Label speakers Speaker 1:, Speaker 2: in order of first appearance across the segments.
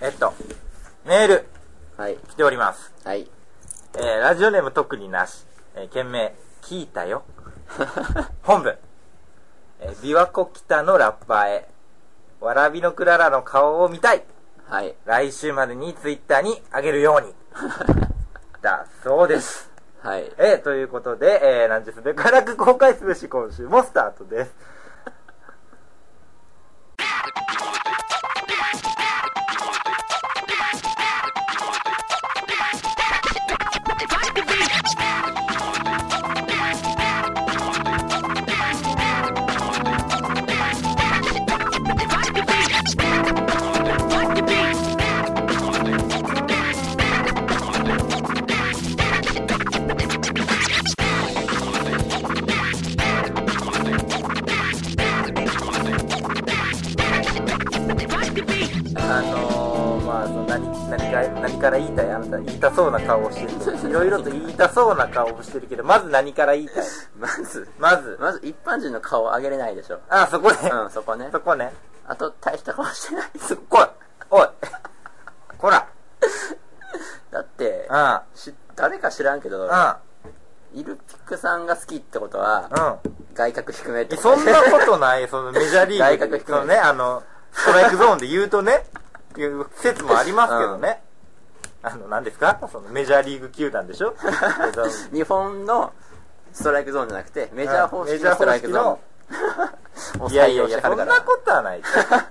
Speaker 1: えっと、メール
Speaker 2: はい。
Speaker 1: 来ております。
Speaker 2: はい。
Speaker 1: えー、ラジオネーム特になし。えー、件名、聞いたよ。本文。えー、琵琶湖北のラッパーへ。わらびのクララの顔を見たい。
Speaker 2: はい。
Speaker 1: 来週までにツイッターにあげるように。だそうです。
Speaker 2: はい。
Speaker 1: えー、ということで、えー、何時すべからく公開すべし今週もスタートです。あのー、まあその何何か何から言いたいあなた言いたそうな顔をしてるけどいろいろと言いたそうな顔をしてるけどまず何から言いたい
Speaker 2: まず、
Speaker 1: まず
Speaker 2: まず一般人の顔を上げれないでしょ。
Speaker 1: あそこね、
Speaker 2: うん、そこね
Speaker 1: そ。こね
Speaker 2: あと、大した顔してない。
Speaker 1: すっごいおいこら
Speaker 2: だって、
Speaker 1: う
Speaker 2: し誰か知らんけど、
Speaker 1: ん
Speaker 2: イルピックさんが好きってことは、
Speaker 1: うんうん
Speaker 2: 外角低めって
Speaker 1: えそ
Speaker 2: こと
Speaker 1: んなことないそのメジャーリ
Speaker 2: 外
Speaker 1: ー
Speaker 2: 角
Speaker 1: グ
Speaker 2: 低め
Speaker 1: のねあのストライクゾーンで言うとねいう説もありますけどね、あの何ですかそのメジャーリーグ球団でしょ
Speaker 2: 日本のストライクゾーンじゃなくて メ
Speaker 1: メ
Speaker 2: ジャー方式のストライクゾーンを
Speaker 1: いや
Speaker 2: 採
Speaker 1: いやい
Speaker 2: 用して
Speaker 1: や、そ
Speaker 2: はる
Speaker 1: ん
Speaker 2: か
Speaker 1: な
Speaker 2: ら
Speaker 1: ことは ないです。いや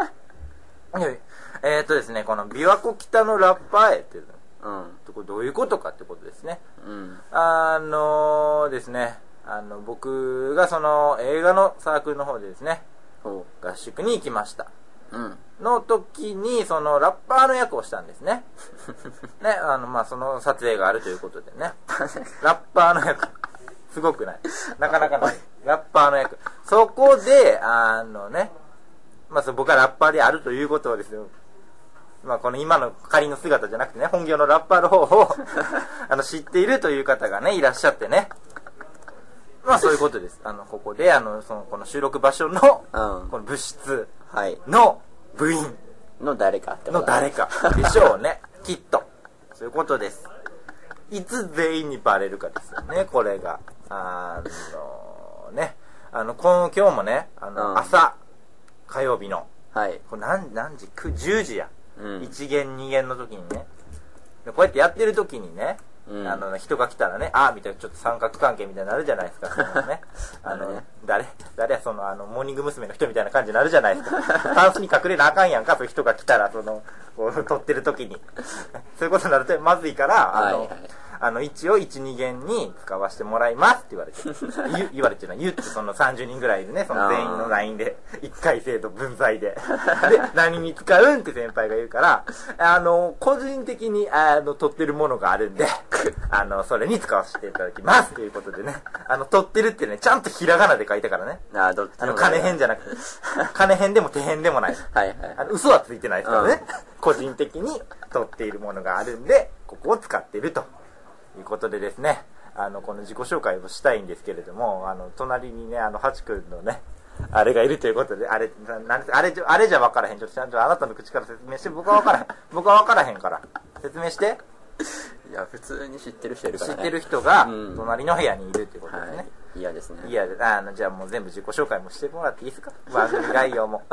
Speaker 1: えっ、ー、とですね、この琵琶湖北のラッパーへっていうの
Speaker 2: うん
Speaker 1: これどういうことかってことですね。
Speaker 2: うん
Speaker 1: あのー、ですね、あの、僕がその映画のサークルの方でですね、
Speaker 2: ほ
Speaker 1: 合宿に行きました。
Speaker 2: ううん
Speaker 1: の時に、そのラッパーの役をしたんですね。ね、あの、まあ、その撮影があるということでね。ラッパーの役。すごくない。なかなかない。ラッパーの役。そこで、あのね、まあ、その僕はラッパーであるということをですよ。まあ、この今の仮の姿じゃなくてね、本業のラッパーの方をあの知っているという方がね、いらっしゃってね。まあ、そういうことです。あの、ここで、あの、その、この収録場所の、
Speaker 2: うん
Speaker 1: この物質
Speaker 2: はい
Speaker 1: の部員。
Speaker 2: の誰かってこ
Speaker 1: の
Speaker 2: とだ
Speaker 1: 誰かでしょうね きっとそういうことですいつ全員にバレるかですよねこれがあのねあの今今日もねあの、
Speaker 2: うん
Speaker 1: 朝火曜日の
Speaker 2: はい
Speaker 1: これ何何時9 10時や、
Speaker 2: うん
Speaker 1: 1限2限の時にねでこうやってやってる時にね、
Speaker 2: うん
Speaker 1: あの人が来たらねあみたいなちょっと三角関係みたいになるじゃない ですかそのねあ
Speaker 2: なる
Speaker 1: の
Speaker 2: ね
Speaker 1: 誰誰やそのあのモーニング娘。の人みたいな感じになるじゃない ですかタンスに隠れなあかんやんかそういう人が来たらそのこう撮ってる時に そういうことになるとまずいからあの、
Speaker 2: はいはい
Speaker 1: あの一応12限に使わせてもらいますって言われて言言われてない言ってその30人ぐらいでねその全員の LINE で1回生と分際でで何に使うんって先輩が言うからあの個人的にあの撮ってるものがあるんであのそれに使わせていただきますということでねあの撮ってるってねちゃんとひらがなで書いたからね
Speaker 2: あーどっち
Speaker 1: あの金編じゃ
Speaker 2: ゃ
Speaker 1: なくて金編でも手編でもない
Speaker 2: はいはい
Speaker 1: あの嘘はついてないですからね、個人的に取っているものがあるんでここを使っているということでですねあのこの自己紹介をしたいんですけれどもあの隣にねあのハチ君のねあれがいるということであれななんあれじゃあれじゃ分からへんちょっとちゃんとあなたの口から説明して僕は分からへん 僕は分からへんから説明して
Speaker 2: いや普通に知ってる人いるか
Speaker 1: 知
Speaker 2: ら
Speaker 1: っ
Speaker 2: ね
Speaker 1: てる人が
Speaker 2: うん
Speaker 1: 隣の部屋にいるということですね、
Speaker 2: はい嫌ですね
Speaker 1: いやあのじゃあもう全部自己紹介もしてもらっていいですか番組概要も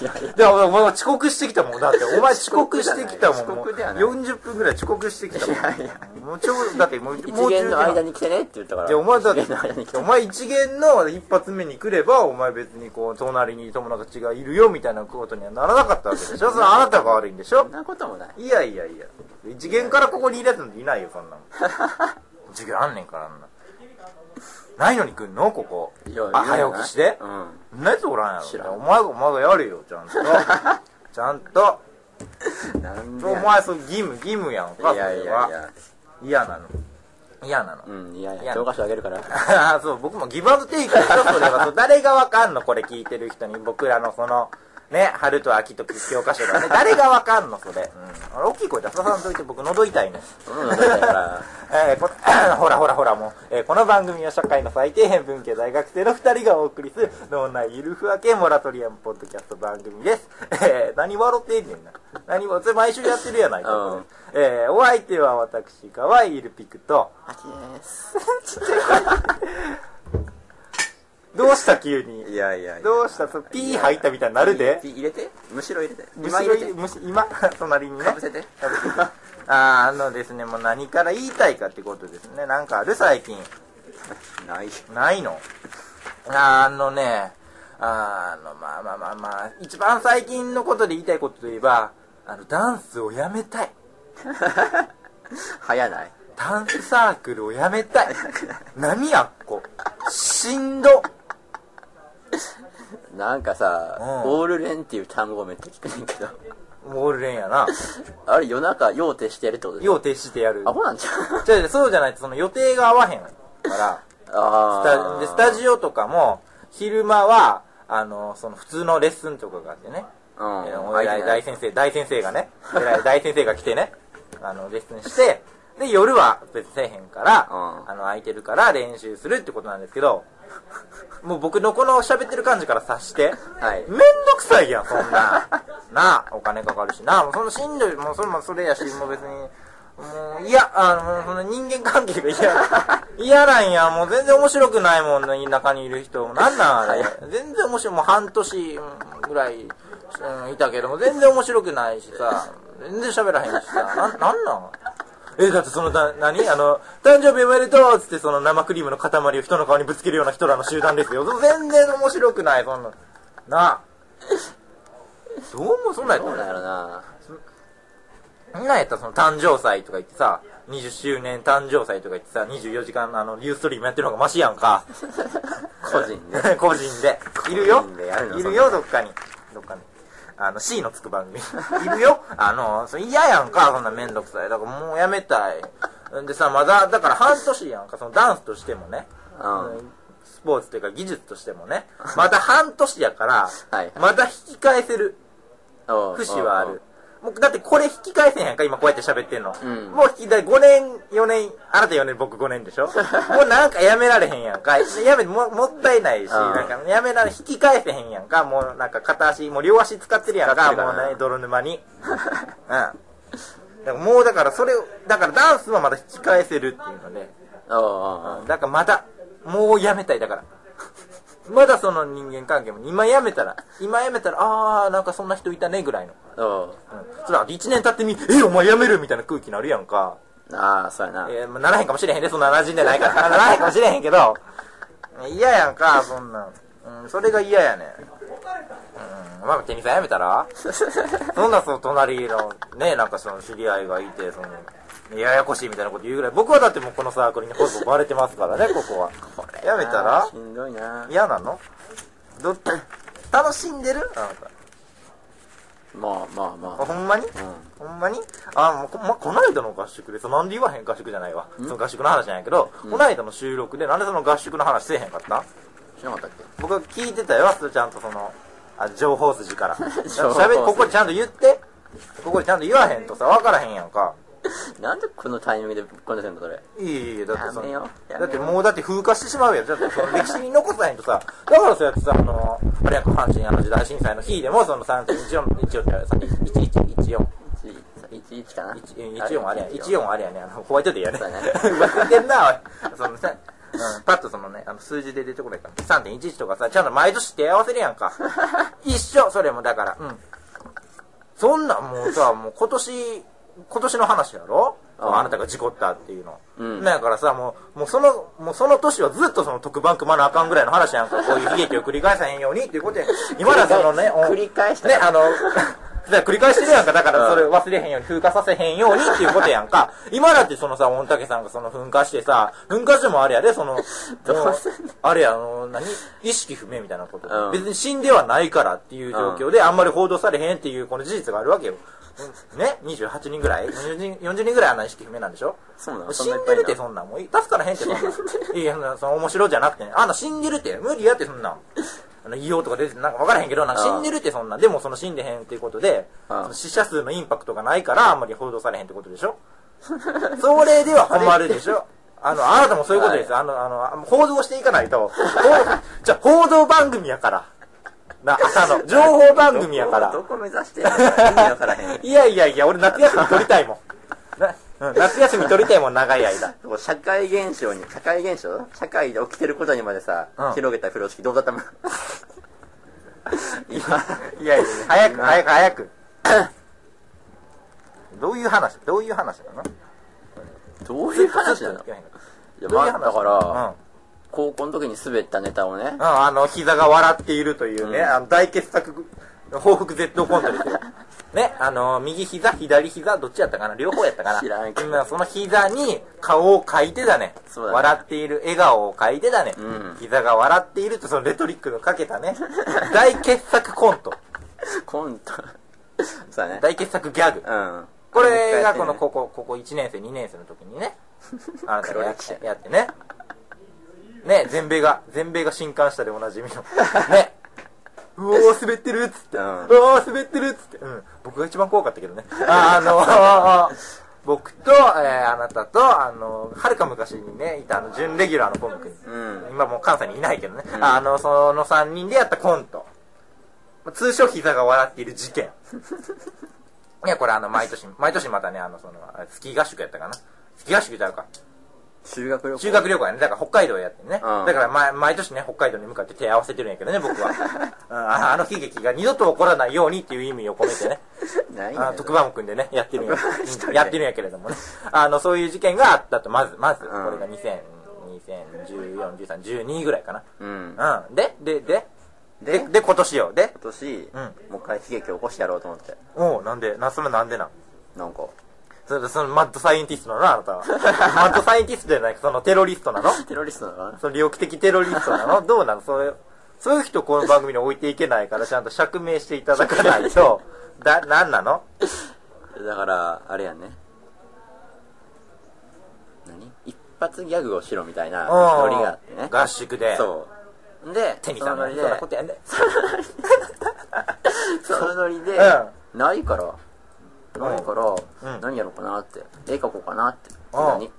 Speaker 2: いやいや
Speaker 1: でもお前遅刻してきたもんだっ てお前遅刻してきたもん
Speaker 2: 遅
Speaker 1: もう
Speaker 2: 刻ではない
Speaker 1: 40分ぐらい遅刻してきたもん
Speaker 2: いやいや
Speaker 1: もうちょうだってもう
Speaker 2: 一
Speaker 1: もう
Speaker 2: 元の間
Speaker 1: に
Speaker 2: に来てねって言ったから
Speaker 1: お前だっ
Speaker 2: 一元の間に来
Speaker 1: て
Speaker 2: て
Speaker 1: お前一元の一発目に来ればお前別にこう隣に友達がいるよみたいなことにはならなかったわけでしょそれはあなたが悪いんでし
Speaker 2: そ
Speaker 1: ょ
Speaker 2: んなこともない
Speaker 1: いやいやいや一元からここにいるやつなんていないよそんなもん授業あんねんからあんなないのに来んのここ
Speaker 2: いや
Speaker 1: あ
Speaker 2: いいんじゃない
Speaker 1: 早起きして
Speaker 2: うん
Speaker 1: そんなやつおらんや
Speaker 2: 知ら
Speaker 1: ろ
Speaker 2: ん
Speaker 1: お前がお前がやるよちゃんとちゃんと
Speaker 2: なんで
Speaker 1: お
Speaker 2: や
Speaker 1: 前そう義務義務やんか
Speaker 2: いやい
Speaker 1: それ
Speaker 2: やい
Speaker 1: は
Speaker 2: や
Speaker 1: 嫌なの嫌なの、
Speaker 2: うんいやい
Speaker 1: い
Speaker 2: や
Speaker 1: や
Speaker 2: 教科書あげるから
Speaker 1: ああ そう僕もギブアンドテイクでしょそれはそう誰がわかんのこれ聞いてる人に僕らのそのね春と秋と教科書がね誰がわかんのそれ、うん、あれ大きい声出ささんといて僕喉痛いね
Speaker 2: うんだから
Speaker 1: えーこ ほらほらほらもう、えーこの番組は社会の最低限文系大学生の2人がお送りす る脳内ゆるふわ系モラトリアムポッドキャスト番組です、えー何笑ってんねんな何も、それ毎週やってるやないか。
Speaker 2: うん
Speaker 1: えーお相手は私、かわいいルピクと、
Speaker 2: あきです。
Speaker 1: どうした急に。
Speaker 2: いやいやいや。
Speaker 1: どうしたそのピー入ったみたいになるで
Speaker 2: ピー入れてむしろ入れて。
Speaker 1: む
Speaker 2: 今
Speaker 1: し
Speaker 2: 入
Speaker 1: ろ
Speaker 2: れて。
Speaker 1: むし今 隣にね
Speaker 2: かぶせて。
Speaker 1: あーあのですねもう何から言いたいかってことですねなんかある最近
Speaker 2: ない。
Speaker 1: ないのあーあのねあーあのまあまあまあまあ一番最近のことで言いたいことといえばあのダンスをやめたい
Speaker 2: 早ない。
Speaker 1: ダンスサークルをやめた い何やっこしんど
Speaker 2: なんかさ、
Speaker 1: うん
Speaker 2: オールレンっていう単語めっちゃ聞くねんけど。
Speaker 1: オールレンやな
Speaker 2: あれ夜中、用徹してやるってことでしょ
Speaker 1: 夜を徹してやる
Speaker 2: アホなんちゃう
Speaker 1: じゃそうじゃないとその予定が合わへんから
Speaker 2: あ
Speaker 1: スタ
Speaker 2: あ。
Speaker 1: でスタジオとかも昼間はあのその普通のレッスンとかがあってね、えー
Speaker 2: うん。
Speaker 1: お偉い大先生大先生がね偉い大先生が来てねあのレッスンしてで夜は別にせえへんから、
Speaker 2: うん
Speaker 1: あの空いてるから練習するってことなんですけどもう僕のこの喋ってる感じから察して
Speaker 2: はい
Speaker 1: めんどくさいやんそんななあお金かかるしなもうそのしんどいもうそれもそれやしもう別にもういやあのもうその人間関係が嫌だ嫌なんやもう全然面白くないもんね田舎にいる人なんなんあれ
Speaker 2: はい
Speaker 1: 全然面白いもう半年ぐらい、うん、いたけども全然面白くないしさ全然喋らへんしさななんなんえだってそのだ何あの誕生日おめでとうっつってその生クリームの塊を人の顔にぶつけるような人らの集団ですよ全然面白くないそんななあどうもそんなんやっ
Speaker 2: どう
Speaker 1: た
Speaker 2: な
Speaker 1: ら
Speaker 2: んやろな。
Speaker 1: そんなんやったらその誕生祭とか言ってさ20周年誕生祭とか言ってさ24時間あのユーストリームやってる方がマシやんか
Speaker 2: 個人 で。
Speaker 1: 個人でいるよ
Speaker 2: 個人でやるの
Speaker 1: いるよどっかにどっかにあの C のつく番組 いるよあのそれ嫌やんかそんな面倒くさいだからもうやめたいんでさまだだから半年やんかそのダンスとしてもね
Speaker 2: うん。
Speaker 1: スポーツというか技術としてもねまだ半年やから
Speaker 2: はいはい
Speaker 1: まだ引き返せる
Speaker 2: おう
Speaker 1: 節はある。もうだってこれ引き返せんやんか、今こうやって喋ってんの。
Speaker 2: うん
Speaker 1: もう引き返、5年、4年、あなた4年、僕5年でしょもうなんかやめられへんやんか。やめ、ももったいないし、
Speaker 2: あー
Speaker 1: なんかやめられ、引き返せへんやんか。もうなんか片足、もう両足使ってるやん
Speaker 2: 使っ
Speaker 1: か、
Speaker 2: てるか
Speaker 1: も
Speaker 2: らな
Speaker 1: うね、泥沼に。うん。だからもうだからそれを、だからダンスはまだ引き返せるっていうので、
Speaker 2: おうおうおう
Speaker 1: だからまだ、もうやめたい、だから。 まだその人間関係も、今やめたら、今やめたら、あー、なんかそんな人いたね、ぐらいの。
Speaker 2: おう
Speaker 1: うんそれは1年経ってみ、え、お前辞めるみたいな空気になるやんか。
Speaker 2: ああ、そうやな。
Speaker 1: えーまあならへんかもしれへんで、そんな馴染んでないから。 ならへんかもしれへんけど、嫌やんか、そんなん。うん、それが嫌やねん。うん、まあ、テニス辞めたらそんな、その隣の、ね、なんかその知り合いがいて、その、ややこしいみたいなこと言うぐらい、僕はだってもうこのサークルにほぼバレてますからね、ここは。辞めた
Speaker 2: あ
Speaker 1: ら
Speaker 2: ーしんどいな。
Speaker 1: 嫌なのどっ、楽しんでるなんか。
Speaker 2: まあまあま
Speaker 1: ほんまに
Speaker 2: あ。うん。
Speaker 1: ほんまにあもうこ、ま、この間の合宿でさ、なんで言わへん合宿じゃないわ。その合宿の話じゃないけど、この間の収録でなんでその合宿の話せえへんかった
Speaker 2: しなかったっけ
Speaker 1: 僕は聞いてたよ、それちゃんとその、あ情報筋 から。
Speaker 2: 情報
Speaker 1: 喋
Speaker 2: 筋
Speaker 1: りここでちゃんと言って。ここでちゃんと言わへんとさ、わからへんやんか。
Speaker 2: なんでこのタイミングでぶっ込んでせんのそれ。
Speaker 1: いいいいいいだってそ
Speaker 2: やめよ
Speaker 1: の
Speaker 2: うやめ
Speaker 1: だ
Speaker 2: よう
Speaker 1: ってもうだって風化してしまうやんだってその歴史に残さへんとさだからそうやってさあのあれやんか阪神・淡路大震災の日でもその3114 1114
Speaker 2: 11かな
Speaker 1: 14あれや14あれやねあのホワイトデーやね
Speaker 2: そ うやね
Speaker 1: 忘れてんなおいそのさ、うん、パッとそのねあの数字で出てこないから3.11とかさちゃんと毎年手合わせるやん か一緒それもだからうんそんなんもうさもう今年今年の話やろ
Speaker 2: うん
Speaker 1: あなたが事故ったっていうの、
Speaker 2: うん
Speaker 1: だからさもうもうそのもうその年はずっとその特番組まなあかんぐらいの話やんかこういう悲劇を繰り返さへんようにっていうことやん今らそのねお
Speaker 2: 繰り返した
Speaker 1: ね、あの、 だから繰り返してるやんか、だからそれ忘れへんように、風化させへんようにっていうことやん か。今だってそのさ、御嶽さんがその噴火してさ、噴火してもあれやで、その、もう
Speaker 2: どうすんの
Speaker 1: あれや、あの、何意識不明みたいなこと、
Speaker 2: うん
Speaker 1: 別に死んではないからっていう状況で、あんまり報道されへんっていう、この事実があるわけよ。ね ?28 人ぐらい ?40 人、40人ぐらいあんな意識不明なんでしょ
Speaker 2: そうなの
Speaker 1: 死んでるって
Speaker 2: そん
Speaker 1: そんなんもういい助からへんってそんなんいやそんなその面白じゃなくてねあんな死んでるって無理やってそんなんあの硫黄とか出てなんか分からへんけどなんか死んでるってそんなんでもその死んでへんっていうことで
Speaker 2: ああ
Speaker 1: その死者数のインパクトがないからあんまり報道されへんってことでしょそれでは困るでしょあのあなたもそういうことです、あのあのあの報道していかないとほうじゃあ報道番組やからな朝の情報番組やから
Speaker 2: どこどこ目指してんの意味わからへん。
Speaker 1: いやいやいや、俺夏休み取りたいもん。なうん夏休み取りたいもん、長い間。
Speaker 2: もう社会現象に社会現象社会で起きてることにまでさ、
Speaker 1: うん
Speaker 2: 広げた風呂敷どうだった の今
Speaker 1: いやいや、早く、早く、早く。 どういう話どういう話なの
Speaker 2: どういう話なの
Speaker 1: どういう
Speaker 2: いやまあだから、
Speaker 1: うん。
Speaker 2: 高校の時に滑ったネタをね
Speaker 1: うん、あの、膝が笑っているというね、
Speaker 2: うん
Speaker 1: あの大傑作、報復絶倒コントですよ。ね、あの、右膝、左膝、どっちやったかな両方やったかな
Speaker 2: 知らんけど
Speaker 1: 今その膝に顔を描いてだね。
Speaker 2: そうだね
Speaker 1: 笑っている笑顔を描いてだね。
Speaker 2: うん
Speaker 1: 膝が笑っているとそのレトリックのかけたね、大傑作コント、
Speaker 2: コントそうだね
Speaker 1: 大傑作ギャグ。
Speaker 2: うん
Speaker 1: これがこの
Speaker 2: 高
Speaker 1: 高校、高校1年生、2年生の時に ね、あなたが
Speaker 2: 黒
Speaker 1: やっ
Speaker 2: 歴史
Speaker 1: やってね。ね、全米が、全米が新刊したでおなじみの。ね。うおー、滑ってるっつって。
Speaker 2: う
Speaker 1: うんおー、滑ってるっつって。うん。僕が一番怖かったけどね。ああのー、僕と、えーあなたと、あのー、はるか昔にね、いたあの、準レギュラーのコン君。
Speaker 2: うん
Speaker 1: 今もう関西にいないけどね。
Speaker 2: ん
Speaker 1: あの、その3人でやったコント。まあ通称膝が笑っている事 件。いや、これあの、毎年、毎年またね、あの、その、あれスキー合宿やったかな。スキー合宿じゃうか。
Speaker 2: 修学旅行
Speaker 1: 修学旅行やね。だから北海道やってね。だ
Speaker 2: うん
Speaker 1: から毎毎年ね、北海道に向かって手合わせてるんやけどね、僕 は。うんああの悲劇が二度と起こらないようにっていう意味を込めてね。
Speaker 2: ないん
Speaker 1: あ
Speaker 2: だ
Speaker 1: の特番組んでね、やってるんや
Speaker 2: 特番 一人
Speaker 1: うん
Speaker 2: で
Speaker 1: やってるんやけれどもね。あの、そういう事件があったと、まず、まず、こ
Speaker 2: ん
Speaker 1: れが2000 2014、13、12ぐらいかな。
Speaker 2: うん
Speaker 1: うん。で、で、で、で、
Speaker 2: で
Speaker 1: で、今年よ。で、
Speaker 2: 今年、
Speaker 1: うん
Speaker 2: もう一回悲劇を起こしてやろうと思って
Speaker 1: おう、なんで、な、それなんでなん
Speaker 2: なんか
Speaker 1: それ、その、マッドサイエンティストなのあなた は。マッドサイエンティストじゃない、その、テロリストなの
Speaker 2: テロリストなのかな
Speaker 1: その、利欲的テロリストなのどうなのそれ、そういう人この番組に置いていけないから、ちゃんと釈明していただかない と、だ、なんなの
Speaker 2: だからあれやんね何一発ギャグをしろみたいなノリがあってね
Speaker 1: うん合宿で。
Speaker 2: そうで
Speaker 1: テニ
Speaker 2: そ
Speaker 1: さ
Speaker 2: の
Speaker 1: んの
Speaker 2: ノリ
Speaker 1: そ
Speaker 2: で
Speaker 1: んなことやんね。
Speaker 2: そのノリ で
Speaker 1: う
Speaker 2: ないからないから
Speaker 1: うん
Speaker 2: 何やろうかなって絵描こうかなって
Speaker 1: うん
Speaker 2: 何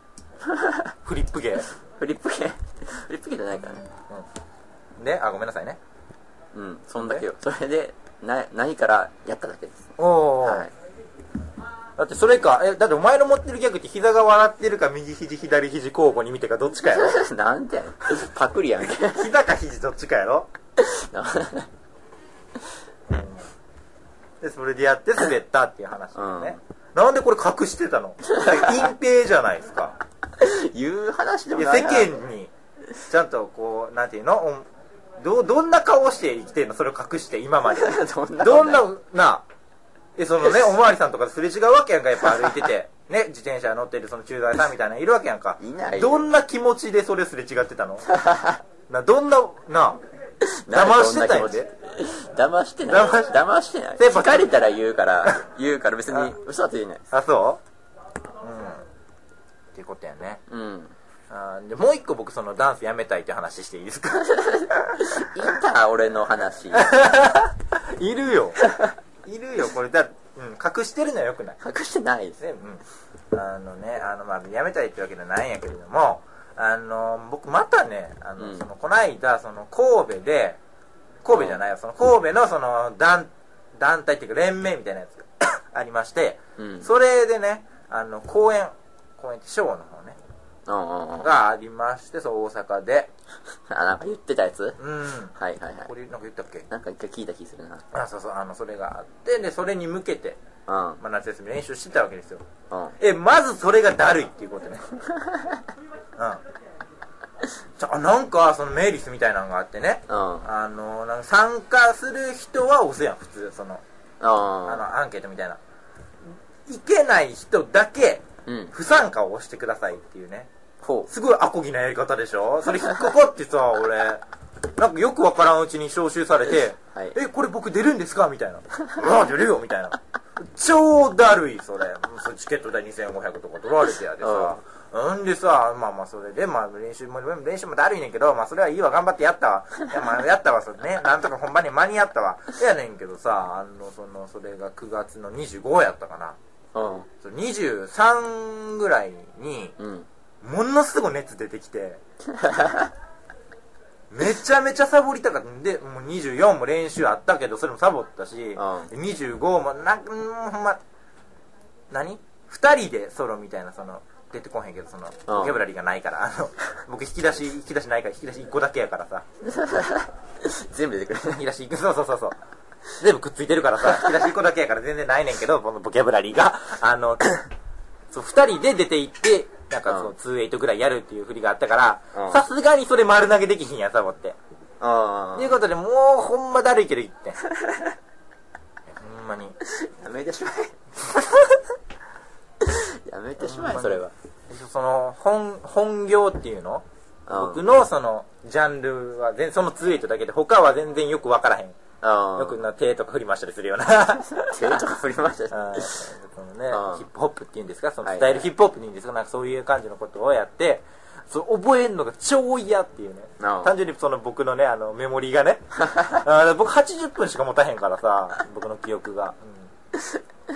Speaker 1: フリップ芸。
Speaker 2: フリップ系 フリップ系じゃないからね
Speaker 1: ね、あ、ごめんなさいね。
Speaker 2: うんそんだけよそれでないないからやっただけです
Speaker 1: おお、
Speaker 2: はい
Speaker 1: だってそれか、え、だってお前の持ってるギャグって膝が笑ってるか右肘左肘交互に見てかどっちかやろ
Speaker 2: なんてやねんパクリやんけ
Speaker 1: 膝か肘どっちかやろで、それでやって滑ったっていう話だよね。なんでこれ隠してたの隠蔽じゃないですか。
Speaker 2: 言う話で
Speaker 1: い
Speaker 2: も
Speaker 1: や
Speaker 2: ない
Speaker 1: 世
Speaker 2: な
Speaker 1: 間に、ちゃんとこう、なんていうのおどう、どんな顔して生きてんのそれを隠して、今まで。
Speaker 2: どんな
Speaker 1: どんな、な、え、そのね、おまわりさんとかすれ違うわけやんか、やっぱ歩いてて。ね、自転車乗ってるその駐在さんみたいなのいるわけやんか。
Speaker 2: いないよ
Speaker 1: どんな気持ちでそれすれ違ってたのな、どんな、な、騙してたんやで。
Speaker 2: 騙してない
Speaker 1: 騙し
Speaker 2: 騙してない
Speaker 1: でも
Speaker 2: 聞かれたら言うから言うから別に嘘はついない
Speaker 1: あ、そううん。っていうことやね。
Speaker 2: うん
Speaker 1: あーでもう一個僕そのダンスやめたいって話していいです か
Speaker 2: いた俺の話
Speaker 1: いるよ。いるよ、これだ、うん、隠してるのはよくない。
Speaker 2: 隠してないです
Speaker 1: で、うん、あのねあの、まあ、辞めたいってわけじゃないんやけれどもあの僕またねあの、
Speaker 2: うん
Speaker 1: そのこの間その神戸で神戸じゃないよその神戸のその団団体っていうか連盟みたいなやつ がありまして、
Speaker 2: うん
Speaker 1: それでねあの公演公演ってショーの方ね
Speaker 2: うんうんうんあ
Speaker 1: がありましてそう大阪で
Speaker 2: なんか言ってたやつ
Speaker 1: うん
Speaker 2: はいはいはい
Speaker 1: これなんか言ったっけ
Speaker 2: なんか一回聞いた気するな
Speaker 1: あそうそうあのそれがあってでそれに向けて、
Speaker 2: うん
Speaker 1: まあ、夏休み練習してたわけですよ
Speaker 2: うん
Speaker 1: えまずそれがだるいっていうことねうんちょあなんかそのメイリスみたいなのがあってね
Speaker 2: うん
Speaker 1: あのなんか参加する人は押すやん普通そのあ
Speaker 2: あ
Speaker 1: のアンケートみたいないけない人だけ
Speaker 2: ーうん
Speaker 1: 不参加を押してくださいっていうね
Speaker 2: ほ
Speaker 1: すごいアコギなやり方でしょそれ引っかかってさ俺なんかよくわからんうちに招集されて「
Speaker 2: はい
Speaker 1: えこれ僕出るんですか?」みたいな「ああ出るよ」みたいな超だるいそれそれチケット代2500とか取られてやでさうんでさ、まあまあそれで、まあ練習も、練習もだるいねんけど、まあそれはいいわ、頑張ってやったわ。いや、まあやったわ、それね。なんとか本番に間に合ったわ。やねんけどさ、あの、その、それが9月の25やったかな。
Speaker 2: ううん
Speaker 1: その23ぐらいに、
Speaker 2: うん
Speaker 1: ものすごい熱出てきてめちゃめちゃサボりたかったんでもう24も練習あったけどそれもサボったし、
Speaker 2: ん
Speaker 1: 25もなんかうんほんま何二人でソロみたいなその出てこへんけどそのボキャブラリーがないからあの僕引き出し引き出しないから引き出し一個だけやからさ
Speaker 2: 全部出てく
Speaker 1: 引き出し一個そうそうそうそう全部くっついてるからさ引き出し一個だけやから全然ないねんけどこのボキャブラリーがあのそう二人で出て行ってなんかそうう28ぐらいやるっていう振りがあったから
Speaker 2: うん
Speaker 1: さすがにそれ丸投げできひんやサボって
Speaker 2: るあ
Speaker 1: という
Speaker 2: あ
Speaker 1: ことでもうほんまだるいけど言ってんほんまに
Speaker 2: やめてしま えやめてしまえそれは
Speaker 1: その本本業っていうの
Speaker 2: うん
Speaker 1: 僕のそのジャンルは全そのツイートだけで他は全然よくわからへん
Speaker 2: ああ
Speaker 1: よくな手とか振り回したりするような
Speaker 2: 手とか振りましたし
Speaker 1: あーそのね
Speaker 2: うん
Speaker 1: ヒップホップっていうんですかその
Speaker 2: はい
Speaker 1: スタイルヒップホップっていうんですかなんかそういう感じのことをやってそう覚えるのが超嫌っていうね
Speaker 2: うん
Speaker 1: 単純にその僕のねあのメモリーが ねあー僕80分しか持たへんからさ僕の記憶が、うん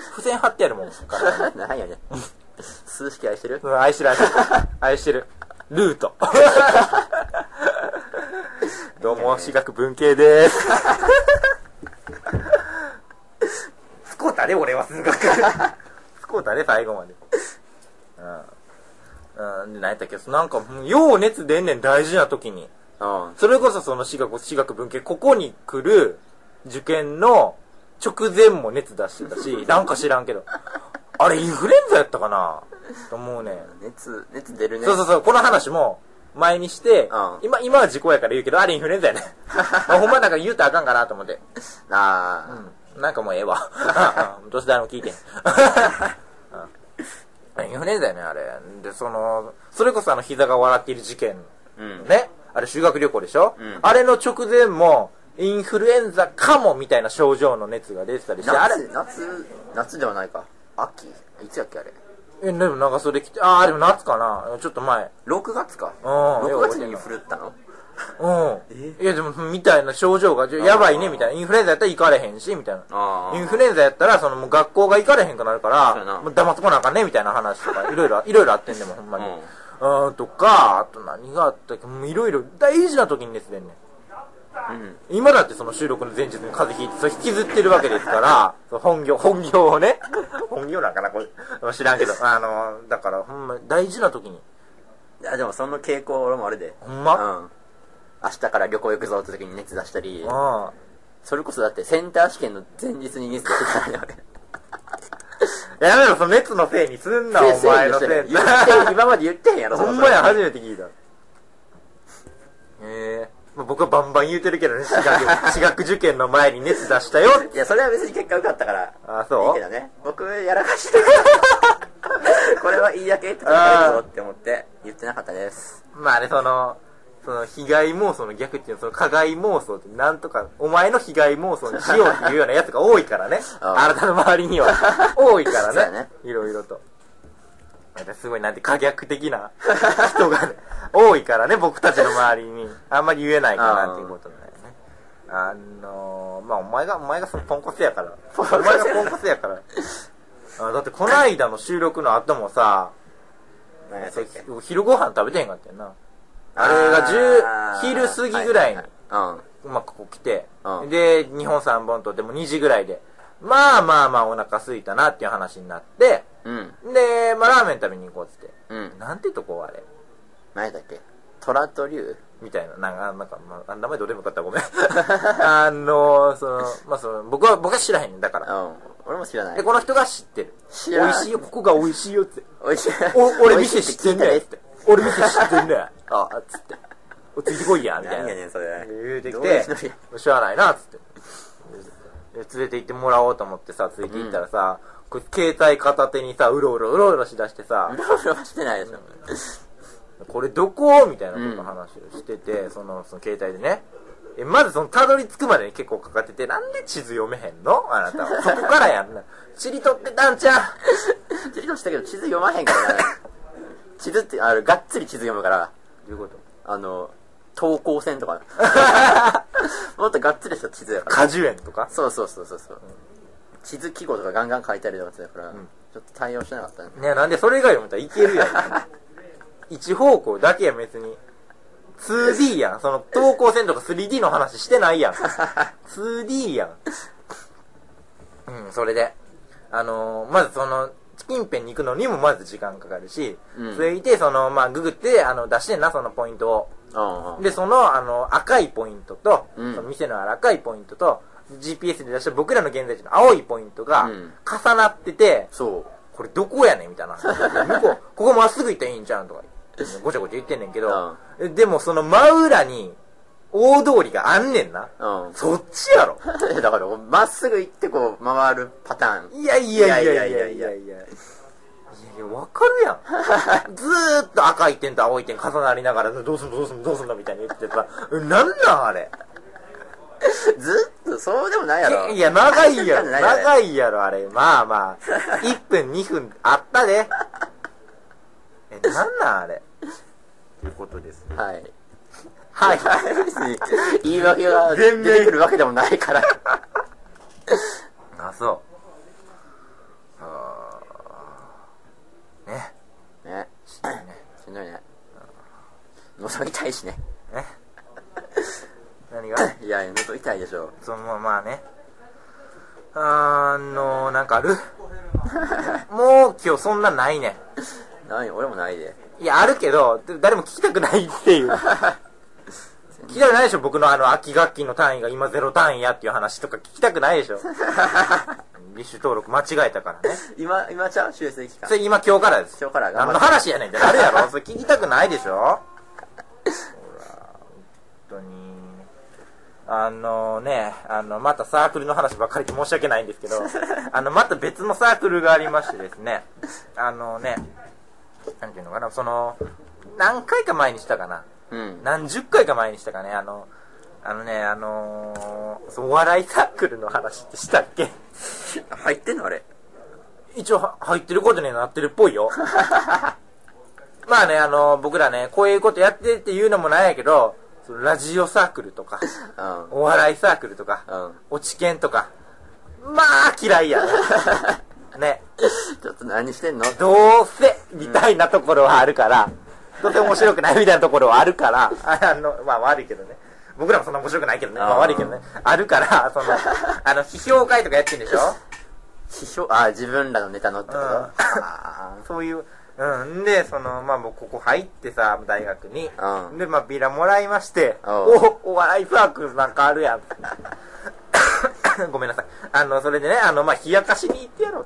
Speaker 1: 付箋貼ってやるもんから
Speaker 2: ないよ ね数式愛してる
Speaker 1: うん愛してる愛してる 愛してるルー トどうも私学文系ですスコータで俺は数学スコータで最後までうん、うん、で何やったっけなんかもうよう熱出んねん大事な時に
Speaker 2: うん
Speaker 1: それこそその私学私学文系ここに来る受験の直前も熱出してたしなんか知らんけどあれインフルエンザやったかなと思うねん
Speaker 2: 熱熱出るね
Speaker 1: そうそうそう、この話も前にして、
Speaker 2: うん
Speaker 1: 今、今は事故やから言うけど、あれインフルエンザ やね。ほんまなんか言うたらあかんかなと思って。
Speaker 2: ああ
Speaker 1: うん。なんかもうええわ。 うんどうせ誰も聞いてん。うんインフルエンザやね、あれ。で、その、それこそあの、膝が笑っている事件、
Speaker 2: うん
Speaker 1: ね。あれ修学旅行でしょ、
Speaker 2: うん
Speaker 1: あれの直前も、インフルエンザかもみたいな症状の熱が出てたりして、あれ、
Speaker 2: 夏夏夏ではないか秋いつやっけあれ
Speaker 1: え、でも長袖着て、ああ、でも夏かな。ちょっと前。
Speaker 2: 6月か
Speaker 1: うん
Speaker 2: 6月に振るったの
Speaker 1: うん。いや、でも、みたいな症状が、じゃやばいね、みたいな。インフルエンザやったら行かれへんし、みたい
Speaker 2: あ
Speaker 1: な。
Speaker 2: ー
Speaker 1: インフルエンザやったら、その、もう学校が行かれへんくなるか
Speaker 2: そうやな
Speaker 1: ら、もう黙ってこなあかんね、みたいな話と か、いろいろ、いろいろあってんでも、ほんまに。うん、とか、あと何があったっけ、もういろいろ、大事な時に熱出んねん。
Speaker 2: うん
Speaker 1: 今だってその収録の前日に風邪ひいて、それ引きずってるわけですから、 その本業、本業をね、 本業なんかな、これ、知らんけど、 あの、だから、ほんま、大事な時に、
Speaker 2: いやでもその傾向俺もあれで
Speaker 1: ほんま
Speaker 2: うん明日から旅行行くぞって時に熱出したり
Speaker 1: うん。
Speaker 2: それこそだってセンター試験の前日に熱出したからね俺
Speaker 1: やめろ、その熱のせいにすん な、お前のせい
Speaker 2: 言って
Speaker 1: に。
Speaker 2: 今まで言ってへんやろそ
Speaker 1: ほ
Speaker 2: の
Speaker 1: んまや、初めて聞いた。ええまあ僕はバンバン言うてるけどね、私学、私学受験の前に熱出したよって。
Speaker 2: いやそれは別に結果良かったから
Speaker 1: あそう
Speaker 2: いいけどね僕やらか してるからこれはいいだけってことだぞって思って言ってなかったです
Speaker 1: まあね、その、その被害妄想の逆っていうのその加害妄想ってなんとか、お前の被害妄想にしようっていうようなやつが多いからね。
Speaker 2: あ
Speaker 1: あなたの周りには。多いから
Speaker 2: そうや
Speaker 1: ね。
Speaker 2: ね
Speaker 1: いろいろと。なんかすごいなんて可逆的な人がね、多いからね、僕たちの周りに。あんまり言えないかなっていうことだよね。あのー、まあお前が、お前がそのポンコツやから。お前がポンコツやから。あだってこの間の収録の後もさ、
Speaker 2: 何やったっけ
Speaker 1: そう昼ご飯食べてへんかったよな。あれが
Speaker 2: あー
Speaker 1: 10、昼過ぎぐらいに
Speaker 2: は、はは
Speaker 1: うまくこう来て
Speaker 2: う、ん
Speaker 1: で、2本3本とっても2時ぐらいで、まあまあまあお腹空いたなっていう話になって、
Speaker 2: いうん
Speaker 1: で、まあラーメン食べに行こうっつって。
Speaker 2: うんうん
Speaker 1: なんてとこあれ
Speaker 2: 何やったっけ虎と竜
Speaker 1: みたいな、なんか、なんか、まあ、名前どうでもよかったらご めん。あの、その、まあその、僕は、僕は知らへんねんだか
Speaker 2: う
Speaker 1: ら。
Speaker 2: ん俺も知らない
Speaker 1: で、この人が知ってる。
Speaker 2: 知
Speaker 1: 美
Speaker 2: らん
Speaker 1: 味しいよ、ここが美味しいよって。
Speaker 2: おいしい
Speaker 1: お俺
Speaker 2: 美味しい
Speaker 1: 店知ってん
Speaker 2: 聞いた
Speaker 1: ねん
Speaker 2: で
Speaker 1: っ
Speaker 2: す
Speaker 1: て。俺店知ってんねん。 ああ、つって。おついてこいや、みたいな。
Speaker 2: 何やねんそれ
Speaker 1: 言うてき
Speaker 2: どういう
Speaker 1: て
Speaker 2: 人や、
Speaker 1: しゃあないな、つって。で連れて行ってもらおうと思ってさ、連れて行ったらさ、こう携帯片手にさ、うろうろうろうろしだしてさ
Speaker 2: う、ろうろはしてないでしょ
Speaker 1: これどこみたいなことの話をしてて、その、その携帯でね。え、まずその、たどり着くまでに結構かかってて、なんで地図読めへんのあなたは。そこからやん な。知りとってたんちゃ
Speaker 2: 地図としたけど地図読まへんからな地図ってあのがっつり地図読むから
Speaker 1: うどういうこと
Speaker 2: あの等高線と かもっとがっつりした地図やから
Speaker 1: 果樹園とか
Speaker 2: そうそうそうそうそう、地図記号とかガンガン書いてあるやつだから、ちょっと対応してなかったね
Speaker 1: ねなんでそれ以外読めたらいける やん。一方向だけやん、別に。2D やん。その、等高線とか 3D の話してない やん。2D やん。うん、それで。あのーまずその、近辺に行くのにもまず時間かかるし、
Speaker 2: うん
Speaker 1: 続いて、その、まあ、ググって、あの、出してんな、そのポイントを。
Speaker 2: うん
Speaker 1: で、その、あの、赤いポイントと、
Speaker 2: うん
Speaker 1: その店のある赤いポイントと、GPS で出した僕らの現在地の青いポイントが
Speaker 2: うん、
Speaker 1: 重なってて、
Speaker 2: そう
Speaker 1: これどこやねんみたいな。向こう、ここまっすぐ行ったらいいんじゃうんとか、ごちゃごちゃ言ってんねんけど、えでもその真裏に、大通りがあんねんな。
Speaker 2: うん
Speaker 1: そっちやろ。
Speaker 2: だからまっすぐ行ってこう回るパターン
Speaker 1: いやいやいやいやい
Speaker 2: い
Speaker 1: や
Speaker 2: や
Speaker 1: い
Speaker 2: い
Speaker 1: や
Speaker 2: や
Speaker 1: いや。わかるやん。ずーっと赤い点と青い点重なりながら、どうすんのどうすんのどうすんのみたいに言ってさ、なんなんあれ。
Speaker 2: ずっとそうでもないやろ
Speaker 1: いや、 長いやろ。
Speaker 2: ないよね
Speaker 1: 長いやろ、あれ。まあまあ。1分、2分、あったで。え、なんなんあれ。ということです。
Speaker 2: はい
Speaker 1: はい。
Speaker 2: 別に言い訳が出てくるわけでもないから
Speaker 1: あ、そう。あーね。
Speaker 2: ね
Speaker 1: しんどいね。
Speaker 2: しんどいね喉痛いしね
Speaker 1: ね。何が
Speaker 2: いや喉痛いでしょ
Speaker 1: そのまあね。あの、なんかあるもう今日そんなないね。
Speaker 2: ない俺もないで
Speaker 1: いや、あるけど、誰も聞きたくないっていう。聞きたくないでしょ僕のあの、秋学期の単位が今ゼロ単位やっていう話とか聞きたくないでしょ履修登録間違えたからね。
Speaker 2: 今今ちゃう修正期間
Speaker 1: それ今今日からです。
Speaker 2: 今日から
Speaker 1: 何
Speaker 2: 頑張っ
Speaker 1: の
Speaker 2: て
Speaker 1: 話やねんってなるやろそれ聞きたくないでしょほら本当にあのねあのまたサークルの話ばっかりで申し訳ないんですけどあのまた別のサークルがありましてですねあのねなんていうのかなその何回か前にしたかな
Speaker 2: うん
Speaker 1: 何十回か前にしたかねあのあのねあのそうお笑いサークルの話ってしたっけ
Speaker 2: 入ってんのあれ
Speaker 1: 一応は入ってることになってるっぽい よ。まあね、あの、僕らね、こういうことやってっていうのもなんやけど、そのラジオサークルと か、
Speaker 2: うん
Speaker 1: お笑いサークルとか、
Speaker 2: うん
Speaker 1: お知見とか、まあ嫌いや ね。ね、
Speaker 2: ちょっと何してんの
Speaker 1: どうせ、みたいなところはあるから、どうせ面白くないみたいなところはあるから、 ああの、まあ悪いけどね。僕らもそんな面白くないけどね。まあ悪いけどね。あるから、その、あの、批評会とかやってんでしょ
Speaker 2: 批評あ自分らのネタのってこ
Speaker 1: う
Speaker 2: と
Speaker 1: ん
Speaker 2: ああ
Speaker 1: そういう、うん、で、その、まあ、もうここ入ってさ、大学に。
Speaker 2: うん
Speaker 1: で、まあ、ビラもらいまして、
Speaker 2: うん
Speaker 1: お、お笑いサークルなんかあるやん。ごめんなさい。 あの、それでね、あの、まあ、冷やかしに行ってやろう。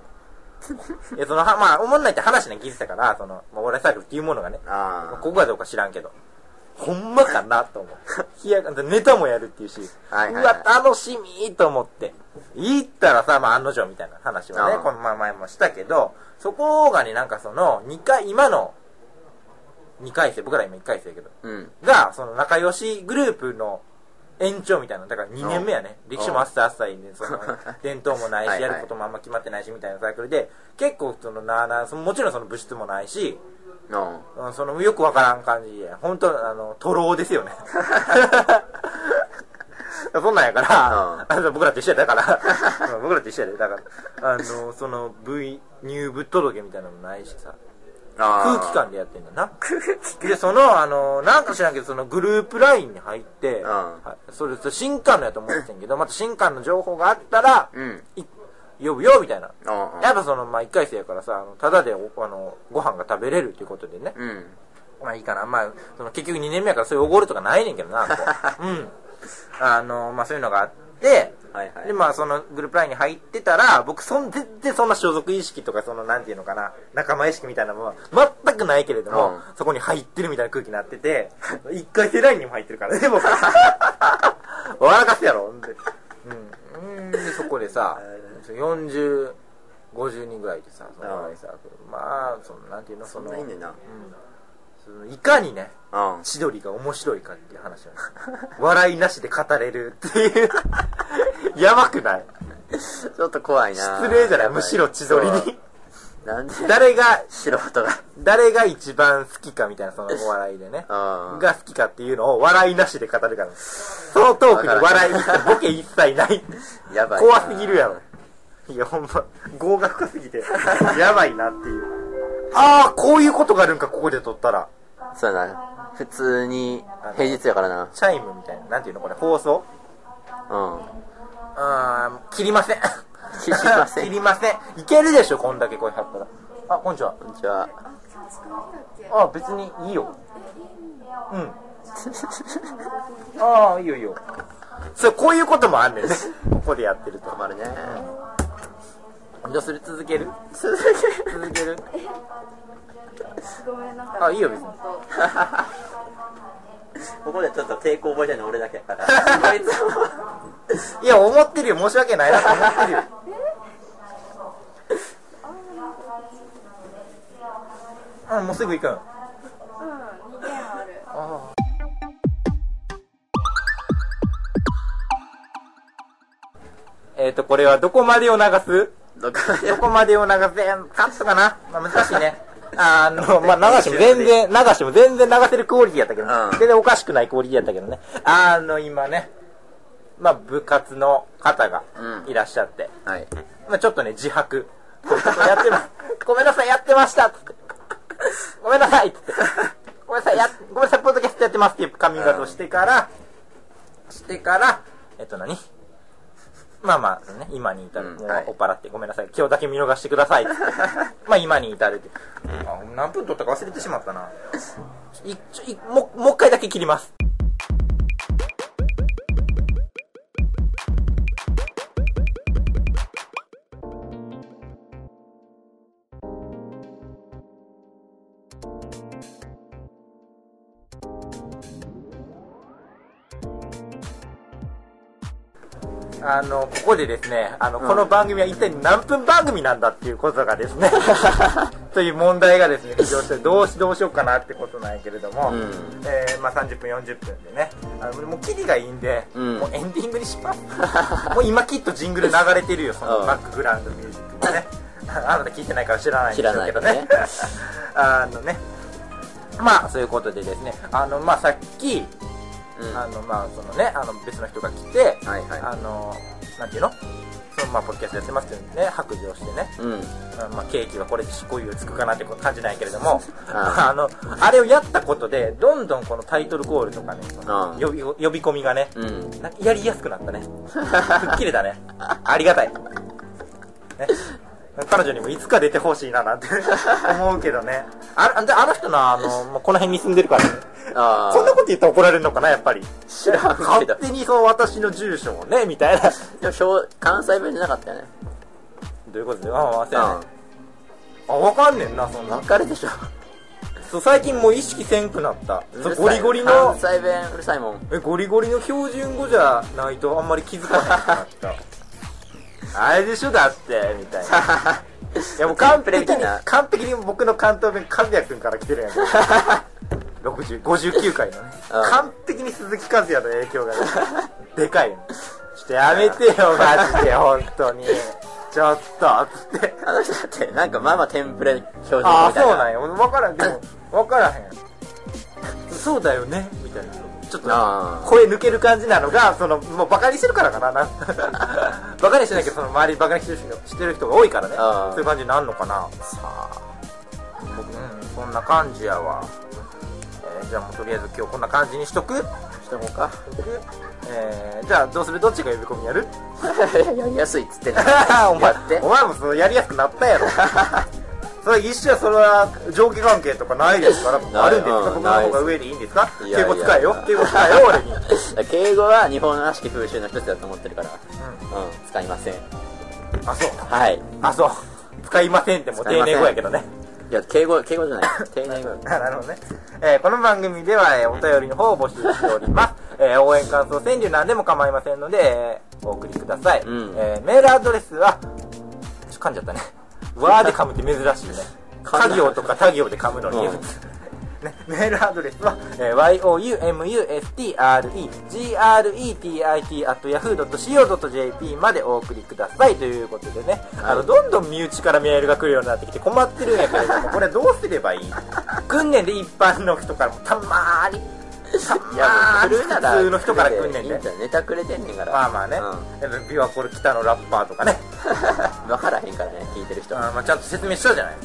Speaker 1: いや、その、はまあ、おもんないって話ね、聞いてたから、その、まあ、お笑いサークルっていうものがね、まあ
Speaker 2: あ
Speaker 1: ここはどうか知らんけど、ほんまかなと思 う。冷やかネタもやるっていうし、
Speaker 2: はいはいはいう
Speaker 1: わ、楽しみと思って。行ったらさ、まあ、案の定みたいな話はね
Speaker 2: う、ん
Speaker 1: このまあ前もしたけど、そこがね、なんかその、二回、今の、2回生、僕ら今1回生やけど、
Speaker 2: うん
Speaker 1: が、その仲良しグループの延長みたいな、だから2年目やね。
Speaker 2: うん
Speaker 1: 歴史もあっさあっさいね、その、伝統もない
Speaker 2: は
Speaker 1: し、
Speaker 2: いはい
Speaker 1: やることもあんま決まってないし、みたいなサークルで、結構その、なあなあ、そのもちろんその物質もないし、
Speaker 2: うん
Speaker 1: うんその、よくわからん感じで、本当あの、徒労ですよね。 そんなんやから、あの僕らと一緒やだから、うん僕らと一緒やで、だから、あの、その、V、入部届みたいなのもないしさ、空
Speaker 2: 空
Speaker 1: 気感でやってんだな。で、その、あの、なんか知らんけど、そのグループラインに入って、
Speaker 2: ん
Speaker 1: はいそれ、それ新刊のやと思ってんけど、また新刊の情報があったら、
Speaker 2: うん
Speaker 1: い呼ぶよ、みたいな。
Speaker 2: うん
Speaker 1: やっぱその、まあ、一回生やからさ、あのただでおあのご飯が食べれるということでね。
Speaker 2: うん
Speaker 1: まあいいかな。まあ、その結局2年目やからそういうおごるとかないねんけどな。 こううん。あの、まあそういうのがあって、
Speaker 2: はいはい
Speaker 1: で、まあそのグループラインに入ってたら、僕そん、全然そんな所属意識とか、そのなんていうのかな、仲間意識みたいなものは全くないけれども、
Speaker 2: うん
Speaker 1: そこに入ってるみたいな空気になってて、一回世代にも入ってるからね、 僕。笑かすやろ、ほんで。うん。うんで、そこでさ、40、50人ぐらいでさ、その
Speaker 2: うん
Speaker 1: さまあ、その、なんていうの、そ
Speaker 2: そん
Speaker 1: の、
Speaker 2: ないいねんな
Speaker 1: そのいかにね、
Speaker 2: うん
Speaker 1: 千鳥が面白いかっていう話なんです笑いなしで語れるっていうやばくない
Speaker 2: ちょっと怖いな
Speaker 1: 失礼じゃないむしろ千鳥
Speaker 2: そう
Speaker 1: に
Speaker 2: なんで
Speaker 1: 誰が
Speaker 2: 素人が
Speaker 1: 誰が一番好きかみたいなそのお笑いでね
Speaker 2: うん
Speaker 1: が好きかっていうのを笑いなしで語るからそのトークに笑いボケ一切ない
Speaker 2: やばいな
Speaker 1: 怖すぎるやろいやほんま合格深すぎてやばいなっていうああこういうことがあるんかここで撮ったら
Speaker 2: そうやな普通に平日やからな
Speaker 1: チャイムみたいななんていうのこれ放送
Speaker 2: うん
Speaker 1: あー切りません。
Speaker 2: 知りません
Speaker 1: いりません。いけるでしょ、こんだけ声張ったら。あ、こんにちは。
Speaker 2: こんにちは。
Speaker 1: あ、別にいいよ。うん。ああ、いいよいいよ。そう、こういうこともあんねんね。 ここでやってると。
Speaker 2: 困るね。
Speaker 1: どうする続ける
Speaker 2: 続ける。
Speaker 1: 続ける
Speaker 3: ごめんなんか
Speaker 1: あいいよ別に
Speaker 3: 本当
Speaker 2: ここでちょっと抵抗覚えてるの俺だけだから。あいつも
Speaker 1: いや、思ってるよ。申し訳ないなと思ってるよ。うん、もうすぐ行くん。
Speaker 3: うん、2件ある。
Speaker 1: えっ、と、これはどこまでを流す
Speaker 2: どこまで
Speaker 1: どこまでを流すえーカットかな、まあ、難しい ね。あの、 まあ、流しても全然、流しても全然流せるクオリティやったけど、
Speaker 2: うん
Speaker 1: 全然おかしくないクオリティやったけどね。あの、今ね、まあ、部活の方が
Speaker 2: うん
Speaker 1: いらっしゃって、
Speaker 2: はい。
Speaker 1: まあ、ちょっとね、自白。こういうことやって ま、ごめんなさい、やってましたっつって。ごめんなさいっつって。ごめんなさい、や、ごめんなさい、ポッドキャストやってますっていうカミングアウトをしてから、してから、えっと何まあまあ、ね、今に至る。
Speaker 2: うん
Speaker 1: もう
Speaker 2: はい
Speaker 1: 追っ払って、ごめんなさい、今日だけ見逃してくださ いっつって。まあ今に至るって。あ、何分撮ったか忘れてしまったな。いちょいもう、もう一回だけ切ります。あの、ここでですね、あの、この番組は一体何分番組なんだっていうことが ですね、という問題がですね、浮上して、どうし、どうしようかなってことなんやけれども、
Speaker 2: うん
Speaker 1: えーまあ30分、40分でね、あのもうキリがいいんで、
Speaker 2: うん
Speaker 1: もうエンディングにします。 もう今きっとジングル流れてるよ、その
Speaker 2: うん
Speaker 1: バックグラウンドミュージックがね。 あなた聞いてないから知らないんでしょうけど
Speaker 2: 知ら
Speaker 1: ね
Speaker 2: ないよ。
Speaker 1: あのね、まあ、そういうことでですね、あの、まあさっき、
Speaker 2: うん。
Speaker 1: あのまあそのねあの別の人が来て、
Speaker 2: はいはい
Speaker 1: あのなんていうのそのまあポッドキャストやってますけどね白状してね、
Speaker 2: うん。
Speaker 1: あのまあ、ケーキはこれでしこいをつくかなってこと感じないけれども
Speaker 2: あ
Speaker 1: あのあれをやったことでどんどんこのタイトルコールとかねその
Speaker 2: あ
Speaker 1: 呼び呼び込みがね、
Speaker 2: うん。
Speaker 1: なんかやりやすくなった ね吹っ切れたねありがたい、ね、彼女にもいつか出てほしいななんて思うけどねああであの人なあの、まあ、この辺に住んでるからね
Speaker 2: ああ。
Speaker 1: こんなこと言ったら怒られるのかなやっぱり
Speaker 2: 知らんけど
Speaker 1: 勝。手にその私の住所をねみたいなど
Speaker 2: でもしょう、関西弁じゃなかったよね。
Speaker 1: ういうことでああ忘れ
Speaker 2: う
Speaker 1: ないあ分かんねんなそん
Speaker 2: ん。わ
Speaker 1: な
Speaker 2: かるでしょ。
Speaker 1: そう最近もう意識せんくなった
Speaker 2: うる
Speaker 1: そ
Speaker 2: さ
Speaker 1: う
Speaker 2: い
Speaker 1: ゴリゴリの
Speaker 2: 関西弁うるさいもん。
Speaker 1: えゴリゴリの標準語じゃないとあんまり気づかなくなった あれでしょだってみたいないやもう完璧 に完璧に僕の関東弁和也君から来 てるやんけ60 59回のね、
Speaker 2: うん
Speaker 1: 完璧に鈴木和也の影響 がねでかいよねちょっとやめ てよマジで本当にちょっとつって
Speaker 2: あの人だって、なんかまあまあテンプレ表情みたいな。
Speaker 1: ああそうなんや分からんでも分からへんそうだよねみたいなちょっと
Speaker 2: あー
Speaker 1: 声抜ける感じなのがそのもうバカにしてるからかな なバカにしてないけどその周りバカにしてる人してる人が多いからね
Speaker 2: あー
Speaker 1: そういう感じになるのかなさあ僕うんそんな感じやわ、えーじゃあもうとりあえず今日こんな感じにしとくし
Speaker 2: してもか。
Speaker 1: とくえーじゃあどうするどっちが呼び込みや る
Speaker 2: や りやすいっつってんの
Speaker 1: お前
Speaker 2: やって
Speaker 1: お前もそのやりやすくなったや ろそれ一緒はそれは上下関係とかないですから
Speaker 2: い
Speaker 1: あるんですか
Speaker 2: うん
Speaker 1: 僕の方が
Speaker 2: ない
Speaker 1: 上でいいんですか
Speaker 2: いや
Speaker 1: 敬
Speaker 2: いや
Speaker 1: 語使えよ敬語使えよ 俺に
Speaker 2: 敬語は日本らしき風習の一つだと思ってるから、うん、使いません。
Speaker 1: あそう
Speaker 2: はい。
Speaker 1: あそう使いませんってもう
Speaker 2: 使い
Speaker 1: 丁
Speaker 2: ません
Speaker 1: 寧語やけどね
Speaker 2: いや、敬語、敬語じゃない。丁寧語。
Speaker 1: なるほどね、えーこの番組では、えーお便りの方を募集しております、 えー応援感想川柳なんでも構いませんので、えーお送りください、
Speaker 2: うん
Speaker 1: えーメールアドレスはちょ噛んじゃったねわーで噛むって珍しいね
Speaker 2: 噛んだ
Speaker 1: 家業とか他行で噛むのに、
Speaker 2: うん
Speaker 1: ね、メールアドレスは、えー、youmustregretit.yahoo.co.jp までお送りくださいということでね、あのどんどん身内からメールが来るようになってきて困ってるんやけれども これどうすればいい訓練で一般の人からもたまーにたま
Speaker 2: いや、
Speaker 1: ーに
Speaker 2: もう来るなら、
Speaker 1: 普通の人から来んねん
Speaker 2: いい
Speaker 1: で
Speaker 2: じゃんネタくれてんねんから。
Speaker 1: まあまあね、
Speaker 2: う
Speaker 1: やっぱ琵琶湖の北のラッパーとかね
Speaker 2: 分からへんからね聞いてる人
Speaker 1: あーまあ、ちゃんと説明したじゃ ない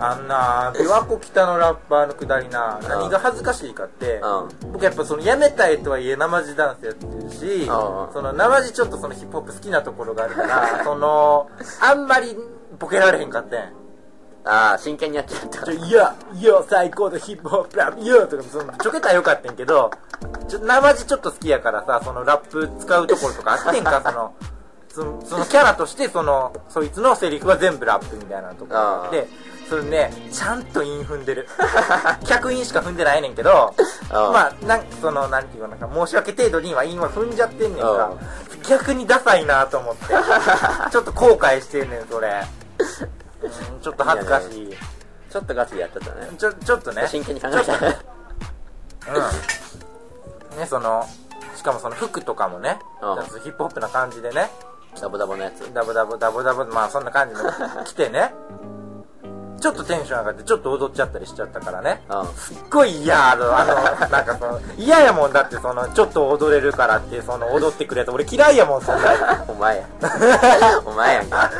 Speaker 1: あんな琵琶湖北のラッパーのくだりな何が恥ずかしいかって、
Speaker 2: うん
Speaker 1: 僕やっぱそのやめたいとはいえ生地ダンスやってるし、
Speaker 2: ん
Speaker 1: その生地ちょっとそのヒップホップ好きなところがあるから そのあんまりボケられへんかってん
Speaker 2: ああ真剣にやっちゃった
Speaker 1: ちょ「いやいや最高のヒップホップラップいや」とかそのちょけたらよかったんけどちょ生地ちょっと好きやからさそのラップ使うところとかあってん かそのそのそのキャラとしてそのそいつのセリフは全部ラップみたいなとこ
Speaker 2: あー
Speaker 1: でそれねちゃんと韻踏んでる 100韻しか踏んでないねんけど
Speaker 2: あー
Speaker 1: まあなんそのなんていうかなんか申し訳程度には韻は踏んじゃってんねん
Speaker 2: あ
Speaker 1: か逆にダサいなと思って ちょっと後悔してんねんそれうんちょっと恥ずかしい
Speaker 2: ちょっとガチでやっちゃったね
Speaker 1: ちょちょっとね
Speaker 2: 真剣に考え
Speaker 1: ちょ
Speaker 2: た
Speaker 1: っとうんねそのしかもその服とかもね、
Speaker 2: うん
Speaker 1: ちゃんとヒップホップな感じでね
Speaker 2: ダボダボのやつ
Speaker 1: ダボダボダボダボまあそんな感 じの着てねちょっとテンション上がってちょっと踊っちゃったりしちゃったからね
Speaker 2: う
Speaker 1: すっごい嫌やろあのなんかその嫌やもんだってそのちょっと踊れるからってその踊ってくれた俺嫌いやもんそんなん
Speaker 2: お 前やお前やんか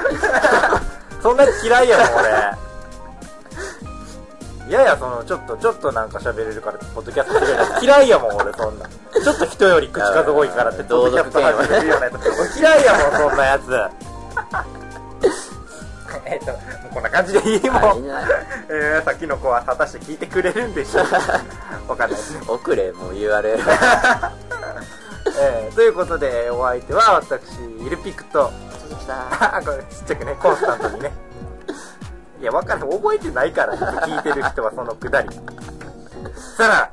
Speaker 1: そんなやつ嫌いやもん俺いやいやそのちょっとちょっとなんか喋れるからポッドキャストしてくれる嫌いやもん俺そんなちょっと人より口数多いからってポッドキャスト始めるようなやつ俺嫌いやもんそんなやつえっともうこんな感じでいいも
Speaker 2: あいいん
Speaker 1: ん
Speaker 2: じゃない
Speaker 1: えー、さっきの子は果たして聞いてくれるんでしょうかわかんないです
Speaker 2: 送れもう URL
Speaker 1: えー、ということでお相手は私イルピクと
Speaker 2: 鈴木さん
Speaker 1: あこれちっちゃくねコンスタントにねいやわかんない覚えてないから聞いてる人はそのくだりさよなら